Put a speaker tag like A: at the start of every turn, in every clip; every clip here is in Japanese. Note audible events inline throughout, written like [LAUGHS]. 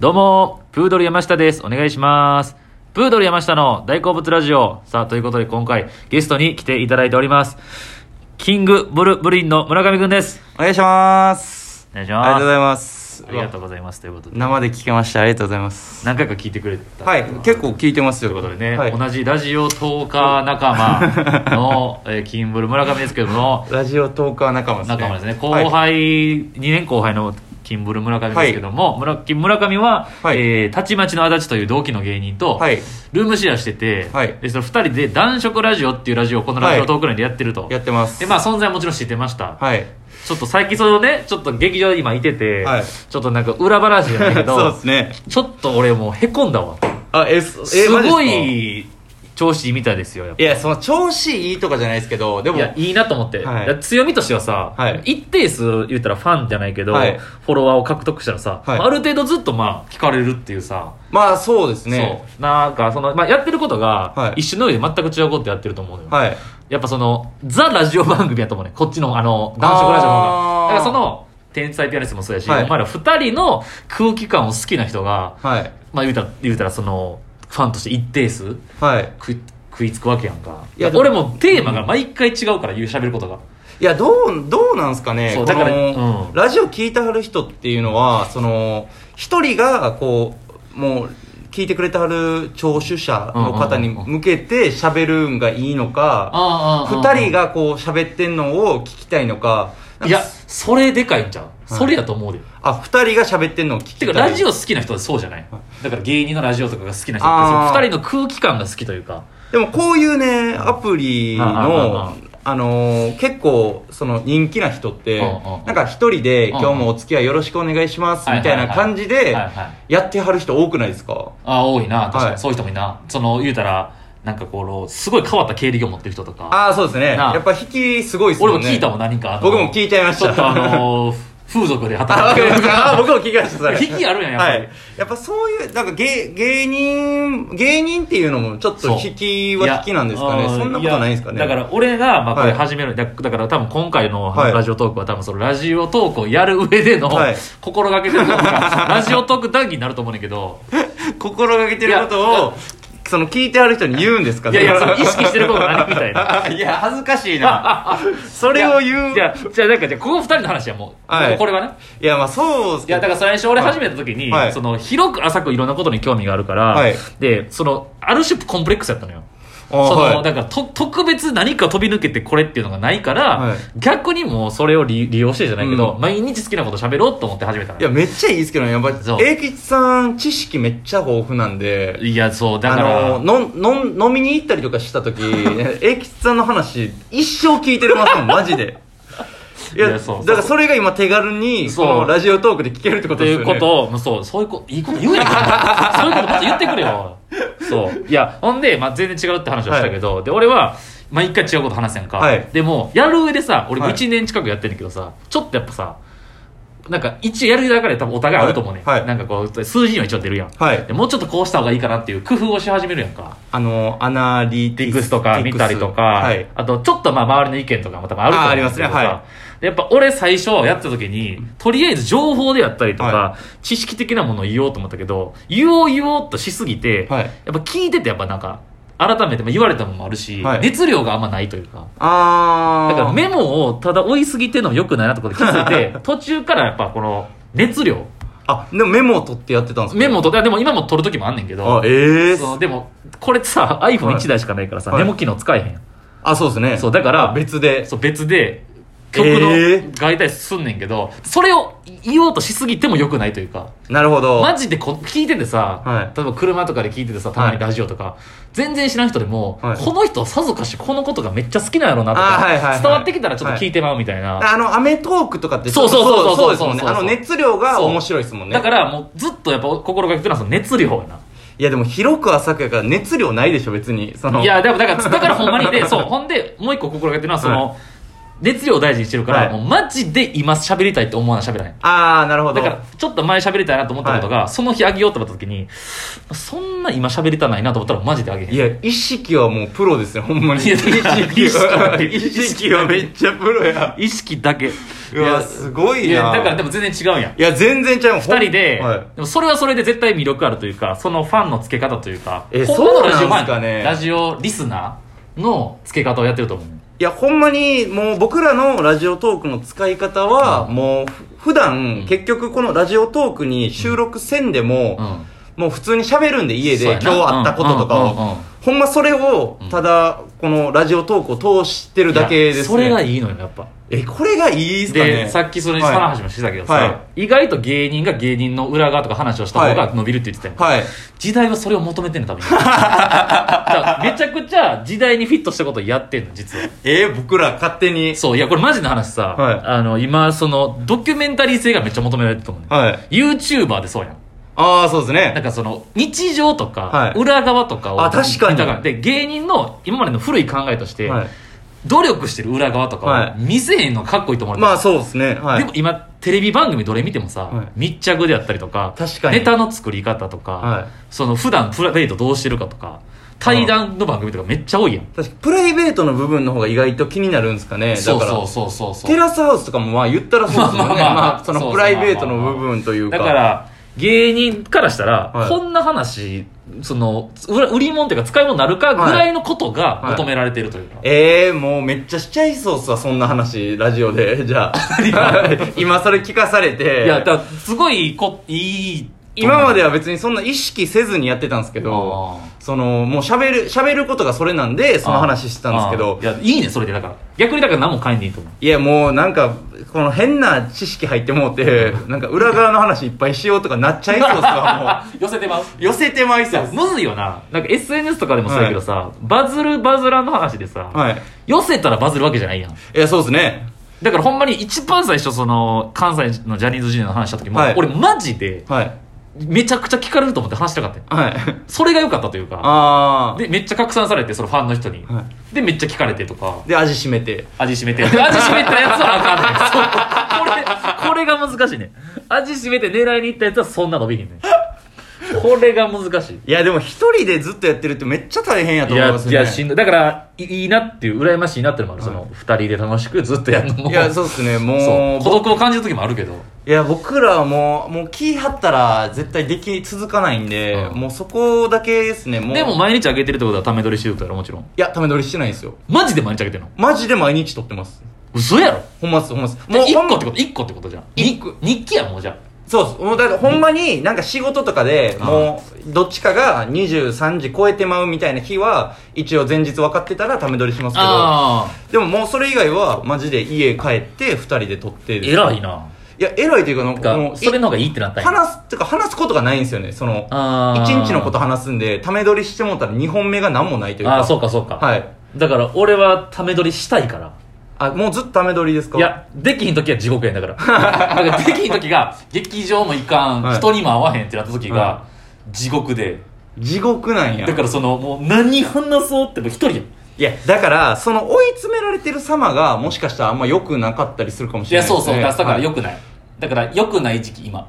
A: どうも、プードル山下です。お願いします。プードル山下の大好物ラジオ。さあ、ということで今回ゲストに来ていただいております。キングブルブリンの村上くんです。
B: お願いします。
A: お願いし
B: あ
A: ます
B: りがとうございます。
A: ありがとうございます。ということで、
B: 生で聞けました。ありがとうございます。
A: 何回か聞いてくれた。
B: はい、結構聞いてます
A: とい
B: よ。
A: うことでね、
B: はい
A: 同じラジオトーカー仲間の、えーキンブル村上ですけども、
B: ラジオトーカー仲間ですね。
A: 仲間ですね、後
B: は
A: 輩、
B: い
A: 2年後輩のキンブル村上ですけども、村村上は、
B: はい
A: えーたちまちの足立という同期の芸人と、
B: はい
A: ルームシェアしてて、
B: はい
A: でその2人で「男色ラジオ」っていうラジオをこのラジオトーク内でやってると、
B: やってます。
A: でまあ存在はもちろん知ってました、 [LAUGHS]
B: はい。
A: ちょっと最近そのねちょっと劇場で今いてて、
B: はい
A: ちょっとなんか裏話じゃないけ
B: [LAUGHS] そう
A: ど
B: ですね。
A: ちょっと俺もうへこんだわ
B: あ、え、す
A: すご。
B: マジっ
A: い調子いいみたいですよやっ
B: すかいや、その調子いいとかじゃないですけど、で
A: ぱい
B: も、
A: やいいなと思って、
B: はい
A: いや強みとしてはさ、
B: はい
A: 一定数言ったらファンじゃないけど、
B: はい
A: フォロワーを獲得したらさ、
B: はい
A: ある程度ずっとまあ聞かれるっていうさ、
B: まあそうですね。
A: そうなんかその、まあ、やってることが、
B: はい
A: 一緒の上で全く違うことやってると思うのよ、
B: はい。
A: やっぱそのザ・ラジオ番組やと思うねこっちのあの男色ラジオの方が
B: あ
A: だ
B: ー
A: からその天才ピアニストもそうやし、
B: はい
A: お前ら2人の空気感を好きな人が
B: はい。
A: まあ言うたら言うたらそのファンとして一定数
B: はい。
A: 食い食いつくわけやんか
B: いやでも
A: 俺もテーマが毎回違うから言う喋ることが
B: いやどうどうなんすかね
A: そう
B: こ
A: だから
B: の、
A: うん
B: ラジオ聞いてはる人っていうのはその一人がこうもう聞いてくれてはる聴取者の方に
A: うんうんうん
B: 向けて喋るんがいいのか二人
A: が
B: 人がこう喋ってんのを聞きたいのかなんか
A: いやそれでかいんちゃう、それやと思うで
B: あ二人が喋ってんのを聞きた
A: て
B: い
A: かラジオ好きな人はそうじゃないだから芸人のラジオとかが好きな人ってその
B: あー
A: 2人の空気感が好きというか
B: でもこういうねアプリの
A: うんうんうん
B: あのー結構その人気な人って
A: うんうん
B: なんか一人で「
A: うんう
B: 今
A: ん
B: 日もお付き合いよろしくお願いします」みたいな感じ
A: はい
B: で
A: はいはい
B: やってはる人多くないですか
A: ああ多いな確かに、
B: はい
A: そういう人もいいなその言うたらなんかこうすごい変わった経歴を持ってる人とか
B: ああそうですね
A: なあ
B: やっぱ引きすごいです
A: 俺
B: よね
A: も聞いたもん何人かあの
B: 僕も聞いちゃいました
A: ちょっとあのー風俗で
B: あ
A: 働
B: わ
A: い
B: か
A: て
B: り
A: る [LAUGHS]
B: ましたあ僕も聞きましたそれ
A: 引きあるやんやっぱ
B: は
A: り
B: いやっぱそういうなんか芸芸人芸人っていうのもちょっと
A: そう
B: 引きは引きなんですかね
A: いや
B: そんなことないんですかね
A: やだから俺が、まあ、こ
B: は
A: れ
B: い
A: 始める、だだから多分今回の
B: はい
A: ラジオトークは多分そのラジオトークをやる上での
B: はい
A: 心がけてることがラジオトーク談義になると思うねんだけど
B: 心がけてることをその聞いてある人に言うんですか
A: いやいやその意識してること何みたいな
B: [LAUGHS] いや恥ずかしいなそれを言う
A: いやじゃあなんかじゃあここ二人の話やもう、
B: はい
A: これはね
B: いやまあそうっす
A: いやだから最初俺始めた時に、
B: はい
A: その広く浅くいろんなことに興味があるから、
B: はい
A: でそのある種コンプレックスやったのよ
B: あー
A: その、
B: はい
A: だからと特別何か飛び抜けてこれっていうのがないから、
B: はい
A: 逆にもうそれを利利用してじゃないけど、
B: う
A: 毎日好きなこと喋ろうと思って始めたの
B: いやめっちゃいいですけどねやっぱ
A: そう
B: 英吉さん知識めっちゃ豊富なんで
A: いやそうだ
B: あ
A: から、
B: ののんの飲みに行ったりとかした
A: [LAUGHS]
B: 時英吉さんの話一生聞いてるます
A: [LAUGHS]
B: もんマジでいや
A: いやそうそう
B: だからそれが今手軽に
A: そ
B: こ
A: う
B: のラジオトークで聞けるってこと
A: と
B: で
A: い
B: すよ
A: う
B: ね
A: ことを、もうそう、そういうこと、いいこと言
B: [LAUGHS]
A: うやんそういうことまた言ってくれよ。そう。いや、ほんで、まあ、全然違うって話をしたけど、で、俺は、毎回違うこと話せんか。
B: はい
A: でも、やる上でさ、俺も
B: はい
A: 1年近くやってんだけどさ、ちょっとやっぱさ、なんか、一応やるだけで多分お互いあると思うね。
B: はいはい
A: なんかこう、数字には一応出るやん。
B: はい
A: でもうちょっとこうした方がいいかなっていう工夫をし始めるやんか。
B: あのアナリ
A: デ
B: テ
A: ィ
B: ィ
A: ックスとか見たりとか、
B: はい、
A: あとちょっとまあ周りの意見とかも多分あると思うんですけどさ
B: あありますねは
A: でやっぱ俺最初やった時に、とりあえず情報でやったりとか、
B: は
A: 知識的なものを言おうと思ったけど、言おう言おうとしすぎて、
B: はい
A: やっぱ聞いててやっぱなんか、改めてまあ言われたのもあるし、
B: はい
A: 熱量があんまないというか。
B: あ
A: だ
B: ー
A: からメモをただ追いすぎてんのも良くないなってことに気づい
B: [LAUGHS]
A: て、途中からやっぱこの熱量、
B: あでもメモを取ってやってたんですか
A: メモと、いやでも今も撮る時もあんねんけ
B: あ
A: ど、
B: ええ
A: そうでもこれさ
B: はい
A: iPhone1 台しかないからさ、
B: はい
A: メモ機能使えへんやん。
B: あそうですね
A: そうだから
B: 別で
A: そう別で
B: え
A: 曲
B: ー
A: の外体すんねんけど、それを言おうとしすぎてもよくないというか
B: なるほど
A: マジでこ聞いててさ、
B: はい
A: 例えば車とかで聞いててさたまにラジオとか、全然知らん人でも、
B: はい
A: この人さぞかしこのことがめっちゃ好きなんやろうなとか、
B: あはいはいはい
A: 伝わってきたらちょっと聞いてまうみたいな、
B: あの、アメトークとかって、
A: そうそうそうそう
B: ですもんね。
A: そうそう
B: あ
A: そう
B: の、熱量が面白いですもんね。
A: だからもうずっとやっぱ心がけてるのはその熱量やな。
B: いや、でも広く浅くやから熱量ないでしょ、別に。その、
A: いや、でもだから、だからほんまに、
B: [LAUGHS]
A: で、そう、ほんで、もう一個心がけてるのは、その、熱量を大事にしてるから、
B: はい
A: もうマジで今喋りたいって思わな喋らない。
B: あー、なるほど。
A: だから、ちょっと前喋りたいなと思ったことが、その日あげようと思った時に、そんな今喋りたないなと思ったらマジであげへん。
B: いや、意識はもうプロですね、ほんまに。
A: いやだから意識は
B: 意識はめっちゃプロや。
A: 意識だけ。
B: うわすごいない
A: やだからでも全然違うやん
B: いや全然ちゃう
A: 二人で、
B: はい
A: でもそれはそれで絶対魅力あるというかそのファンの付け方というか
B: え
A: 本物の
B: そうなんす
A: ラジオ前
B: かね
A: のラジオリスナーの付け方をやってると思う
B: いやほんまにもう僕らのラジオトークの使い方はもう普段、
A: うん
B: 結局このラジオトークに収録せんでも、
A: うん
B: もう普通に喋るんで家
A: そう
B: で
A: や
B: 今
A: な
B: 日あったこととかを、
A: うんうんうんうん
B: ほんまそれを
A: うん
B: ただこのラジオトークを通してるだけです、
A: い
B: ね、
A: やそれがいいのよやっぱ
B: えこれがいいっすか
A: で、
B: ね
A: さっきそれに
B: はい
A: 話もしてたけどさ、
B: は
A: 意外と芸人が芸人の裏側とか話をした方が伸びるって言ってたよ、
B: はい
A: 時代はそれを求めてんの
B: [LAUGHS]
A: 多分だからめちゃくちゃ時代にフィットしたことをやってんの実は
B: えー僕ら勝手に
A: そういやこれマジの話さ、
B: はい
A: あの今そのドキュメンタリー性がめっちゃ求められてると思う、ね
B: はい
A: YouTuber でそうやん
B: ああそうです
A: なん
B: ね
A: かその日常とか
B: はい
A: 裏側とかを、
B: あ確かに
A: だらで芸人の今までの古い考えとして、
B: はい
A: 努力してる裏側とか
B: は
A: を見せへんのかっこいいと思われてる
B: まあそうですねは
A: でも
B: い
A: 今テレビ番組どれ見てもさ、
B: はい
A: 密着であったりとか
B: 確かに
A: ネタの作り方とか、
B: はい
A: その普段プライベートどうしてるかとか対談の番組とかめっちゃ多いやん、
B: 確かプライベートの部分の方が意外と気になるんですかね
A: そ
B: だ
A: う
B: から
A: そうそうそうそう
B: テラスハウスとかもまあ言ったらそうですよ
A: まあま
B: ね
A: あまあ
B: まあ
A: そ
B: そ
A: うそ
B: の
A: う
B: プライベートの部分というか
A: だから芸人からしたら、
B: はい
A: こんな話その売売り物っていうか使い物になるかぐらいのことが
B: はい
A: 求められてるというか、
B: ええもうめっちゃしちゃいそうっすわそんな話ラジオでじゃあ今それ聞かされて
A: いやだからすごいこいい
B: 今まで
A: は
B: は別にそんな意識せずにやってたんですけどそのもう喋る喋ることがそれなんでその話してたんですけど
A: いやいいねそれでだから逆にだから何も変えんでいいと思う
B: いやもうなんかこの変な知識入ってもうてなんか裏側の話いっぱいしようとかなっちゃいそうっすわ
A: [LAUGHS]
B: も
A: 寄せてます
B: う寄せてまいそうっす
A: むずいよななんか SNS とかでもそうやけどさ、バズるバズらんの話でさ、
B: はい
A: 寄せたらバズるわけじゃないやん
B: いやそうですね
A: だからほんまに一番最初その関西のジャニーズ Jr. の話した時も、
B: はい
A: 俺マジで
B: はい
A: めちゃくちゃ聞かれると思って話したかったよ
B: はい
A: それが良かったというか
B: ああ
A: でめっちゃ拡散されてそのファンの人に、
B: は
A: でめっちゃ聞かれてとか
B: で味しめて
A: 味しめて味しめたやつはあかんねん
B: [LAUGHS]
A: そうこれこれが難しいね味しめて狙いに行ったやつはそんな伸びひんねんこれが難しい
B: いやでも一人でずっとやってるってめっちゃ大変やと
A: い
B: 思い
A: や
B: ますね
A: いやしんどいだからいいいなっていう羨ましいなっていうのもある、
B: はい
A: その二人で楽しくずっとやるのも [LAUGHS]
B: いやそうですねもう
A: そう
B: ぼ
A: 孤独を感じる時もあるけど
B: いや僕らはもうもう気張ったら絶対でき続かないんで、
A: うん
B: もうそこだけですねもう
A: でも
B: い
A: 毎日あげてるってことはため撮りしてるからもちろん
B: やため撮りしてないんですよ
A: マジで毎日あげてるの
B: マジで毎日撮ってます
A: 嘘やろ
B: ほんまっすほんまっす
A: もう
B: ほん
A: 1個
B: ま
A: ってこと1個ってことじゃん
B: 一
A: 日
B: 個
A: 日記やもうじゃあ
B: そうっすもうだからほんまになんか仕事とかで
A: うん
B: もうどっちかが23時超えてまうみたいな日は一応前日分かってたらため撮りしますけど
A: あ
B: でももうそれ以外はマジで家帰って2人で撮ってです
A: 偉いない
B: や偉いというかなんか
A: が
B: もう
A: それの方がいいってなったんや
B: 話すってか話すことがないんですよねその
A: あー
B: 1日のこと話すんでため撮りしてもうたら2本目が何もないという
A: ああ
B: か
A: そうかそうか、
B: はい
A: だから俺はため撮りしたいから
B: あもうずっとため撮りですか
A: いやできひん時は地獄やんだから
B: [LAUGHS]
A: だからできひん時が劇場も行かん、
B: はい
A: 人にも会わへんってなった時が
B: は
A: 地獄で
B: 地獄なんや
A: だからそのもう何話そうってもう一人やん
B: いやだからその追い詰められてる様がもしかしたらあんま良くなかったりするかもし
A: い
B: れ
A: や
B: ないです
A: そ
B: ね
A: うそうだから
B: はい
A: 良くない、だから良くない時期 [LAUGHS] 今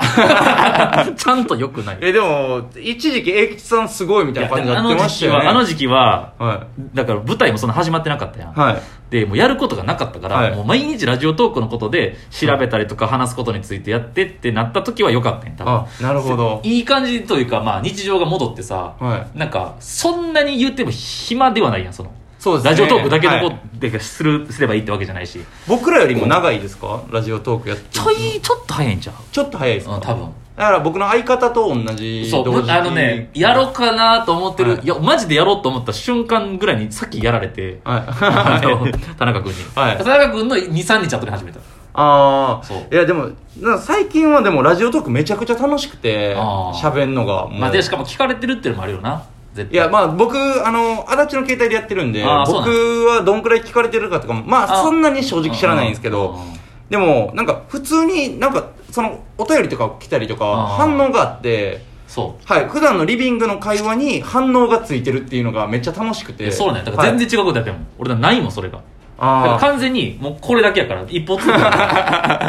A: ちゃんと良くない
B: えでも一時期栄吉さんすごいみたいな感じに
A: あ
B: なっ
A: の
B: てま
A: 時
B: した
A: 期
B: よね
A: はあの時期は
B: は
A: だから舞台もそんな始まってなかったやん、
B: いはい
A: でもうやることがなかったから、
B: はい
A: もう毎日ラジオトークのことで調べたりとか話すことについてやってってなった時は良かったんや多分
B: あなるほど
A: いい感じというか、まあ、日常が戻ってさ、
B: は
A: なんかそんなに言っても暇ではないやんその
B: そうですね
A: ラジオトークだけのこ
B: はい
A: とでする、すればいいってわけじゃないし
B: 僕らよりも長いですかラジオトークやって
A: ちょいちょっと早いんちゃう
B: ちょっと早いです
A: うん
B: か
A: 多分
B: だから僕の相方と同じ
A: そう
B: 同時期
A: あのねやろうかなと思ってる、
B: はい
A: い、やマジでやろうと思った瞬間ぐらいにさっきやられて、あ [LAUGHS] の
B: はい
A: 田中君に、
B: はい
A: 田中君の23日後に始めた
B: ああ
A: そう
B: いやでもな最近はでもラジオトークめちゃくちゃ楽しくて
A: あー
B: 喋んのがもう
A: まあでしかも聞かれてるっていうのもあるよな絶
B: い
A: 対
B: やまあ僕あの足立の携帯でやってるんで
A: あーそうなん
B: 僕
A: で
B: はどんくらい聞かれてるかとかもまあ
A: あー
B: そんなに正直知らないんですけ
A: う
B: ど
A: んうんうん
B: でもなんか普通になんかそのお便りとか来たりとか
A: あー
B: 反応があって
A: そ
B: はい普段のリビングの会話に反応がついてるっていうのがめっちゃ楽しく
A: う、
B: て
A: そうなんやだから全
B: はい
A: 然違うことやってるもん、俺らないもんそれがだから
B: あー
A: 完全にもうこれだけやから一
B: [LAUGHS]
A: 歩ついてる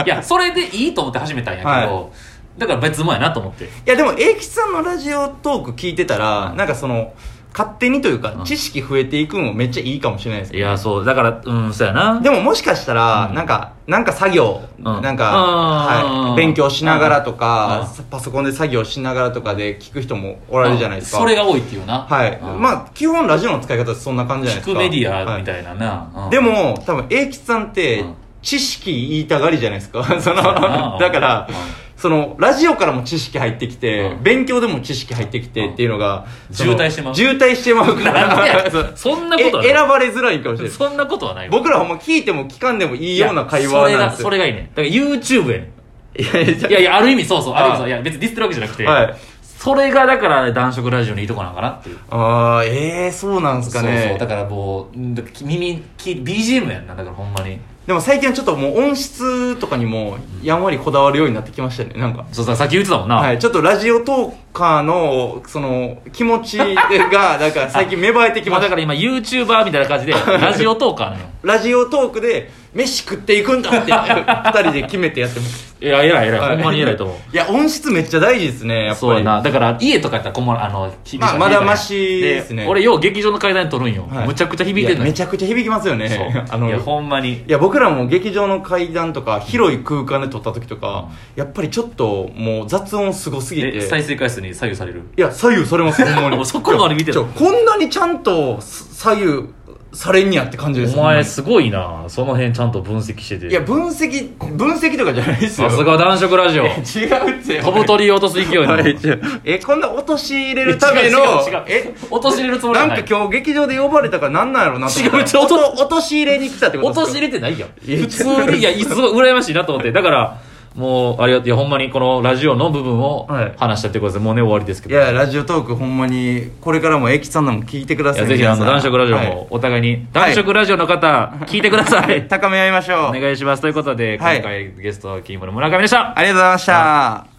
A: いやそれでいいと思って始めたんやけど、
B: は
A: だから別もやなと思って
B: いやでも英吉さんのラジオトーク聞いてたら、
A: うん
B: なんかその勝手にというか
A: ん
B: 知識増えていくんもめっちゃいいかもしれないです
A: いや、そう。だから、うん、そうやな。
B: でももしかしたら、なんか、なんか作業、
A: ん
B: なんか、
A: あー
B: はい、勉強しながらとか
A: う、
B: パソコンで作業しながらとかで聞く人もおられるじゃないですか。
A: それが多いっていうな。
B: はい。まあ、基本ラジオの使い方ってそんな感じじゃない
A: 聞
B: で
A: く
B: すか。
A: メディアみ
B: は
A: たいなな。うん
B: いで、も、多分、英吉さんって
A: うん、
B: 知識言いたがりじゃないですか。 [LAUGHS] その、だ
A: な
B: から
A: うん、
B: その、ラジオからも知識入ってきて、
A: うん
B: 勉強でも知識入ってきてっていうのが、
A: うん
B: その
A: 渋滞してまう
B: 渋滞してまうか
A: なんで
B: ら、
A: や
B: [LAUGHS] そう
A: そんなことはな
B: え
A: い
B: 選ばれづらいかもしれない。
A: そんなことはないわ
B: 僕らほんま聞いても聞かんでもいいような会話なんです
A: いやそれ
B: よ
A: がそれがいいね。だから YouTube やね
B: いやいや
A: いやいや、ある意味、そうそう、ある意味
B: あ
A: そう。いや、別にディスってるわけじゃなくて、
B: はい
A: それがだから男色ラジオのいいとこなのかなっていう。
B: ああええそうなんですかね
A: そうそう。だからもう、んだから耳、き BGM やんな。だからほんまに。
B: でも最近はちょっともう音質とかにもやんわりこだわるようになってきましたねなんか
A: そうさ、さっき言ってたもんな。
B: はい、ちょっとラジオトーカーのその気持ち
A: [LAUGHS]
B: がなんか最近芽生えてき
A: 今
B: ま
A: だ
B: し
A: か
B: た
A: ら今 YouTuber みたいな感じで、ラジオトーカーなのよ。
B: ラジオトークで飯食っていくんだって二人で決めてやってます
A: いや、偉い偉。
B: はい
A: ほんまに偉いと思う。
B: いや音質めっちゃ大事ですねやっぱり
A: そうやな。だから、家とかやったら困る、あの、響
B: まあまだマシですね
A: 俺、よう劇場の階段で撮るんよ。
B: はい
A: むちゃくちゃ響いてん
B: や
A: の
B: め
A: よ。
B: ちゃくちゃ響きますよね
A: そう
B: あの
A: いや、ほんまに。
B: いや僕らも劇場の階段とか広い空間で撮った時とか、やっぱりちょっともう雑音すごすぎて
A: で、再生回数に左右される。
B: いや左右されますほんま
A: も
B: に
A: [LAUGHS] うそこまで見てる
B: ちょこんなにちゃんと左右されんにやって感じです
A: お前、
B: ほん
A: すごいな。その辺ちゃんと分析して
B: ま
A: て。
B: にいや分析分析とかじゃないですよ
A: さすが男色ラジオ。
B: 違うって
A: 飛ぶ鳥を落とす勢いの。
B: はい
A: 違う
B: 違うえこんな落とし入れるための
A: 違う違う
B: え
A: 落とし入れるつもり
B: な
A: は
B: ん
A: な
B: か
A: い。
B: 今日劇場で呼ばれたからなんなんやろうなと思ったら
A: 違う違う
B: 落と落とし入れに来たってこ
A: 落
B: と
A: と
B: で
A: し
B: す
A: 入
B: か
A: れてないやん。
B: いや
A: 普通に、いや、いつも羨ましいなと思って。だから、もう、ありがとう。いや、ほんまにこのラジオの部分を
B: はい
A: 話したってことで、もうね、終わりですけ
B: い
A: ど。
B: やラジオトークほんまにこれからも駅さんのも聞いてくだ
A: い
B: さ
A: や
B: い
A: ぜひ、あの、男
B: 皆さん
A: 色ラジオ
B: はい
A: もお互いに、
B: は
A: 男
B: い
A: 色ラジオの方、聞いてください。
B: 高め合いましょう
A: お願いします。ということで、今
B: はい
A: 回ゲストはキームの村上でした。
B: ありがとうございました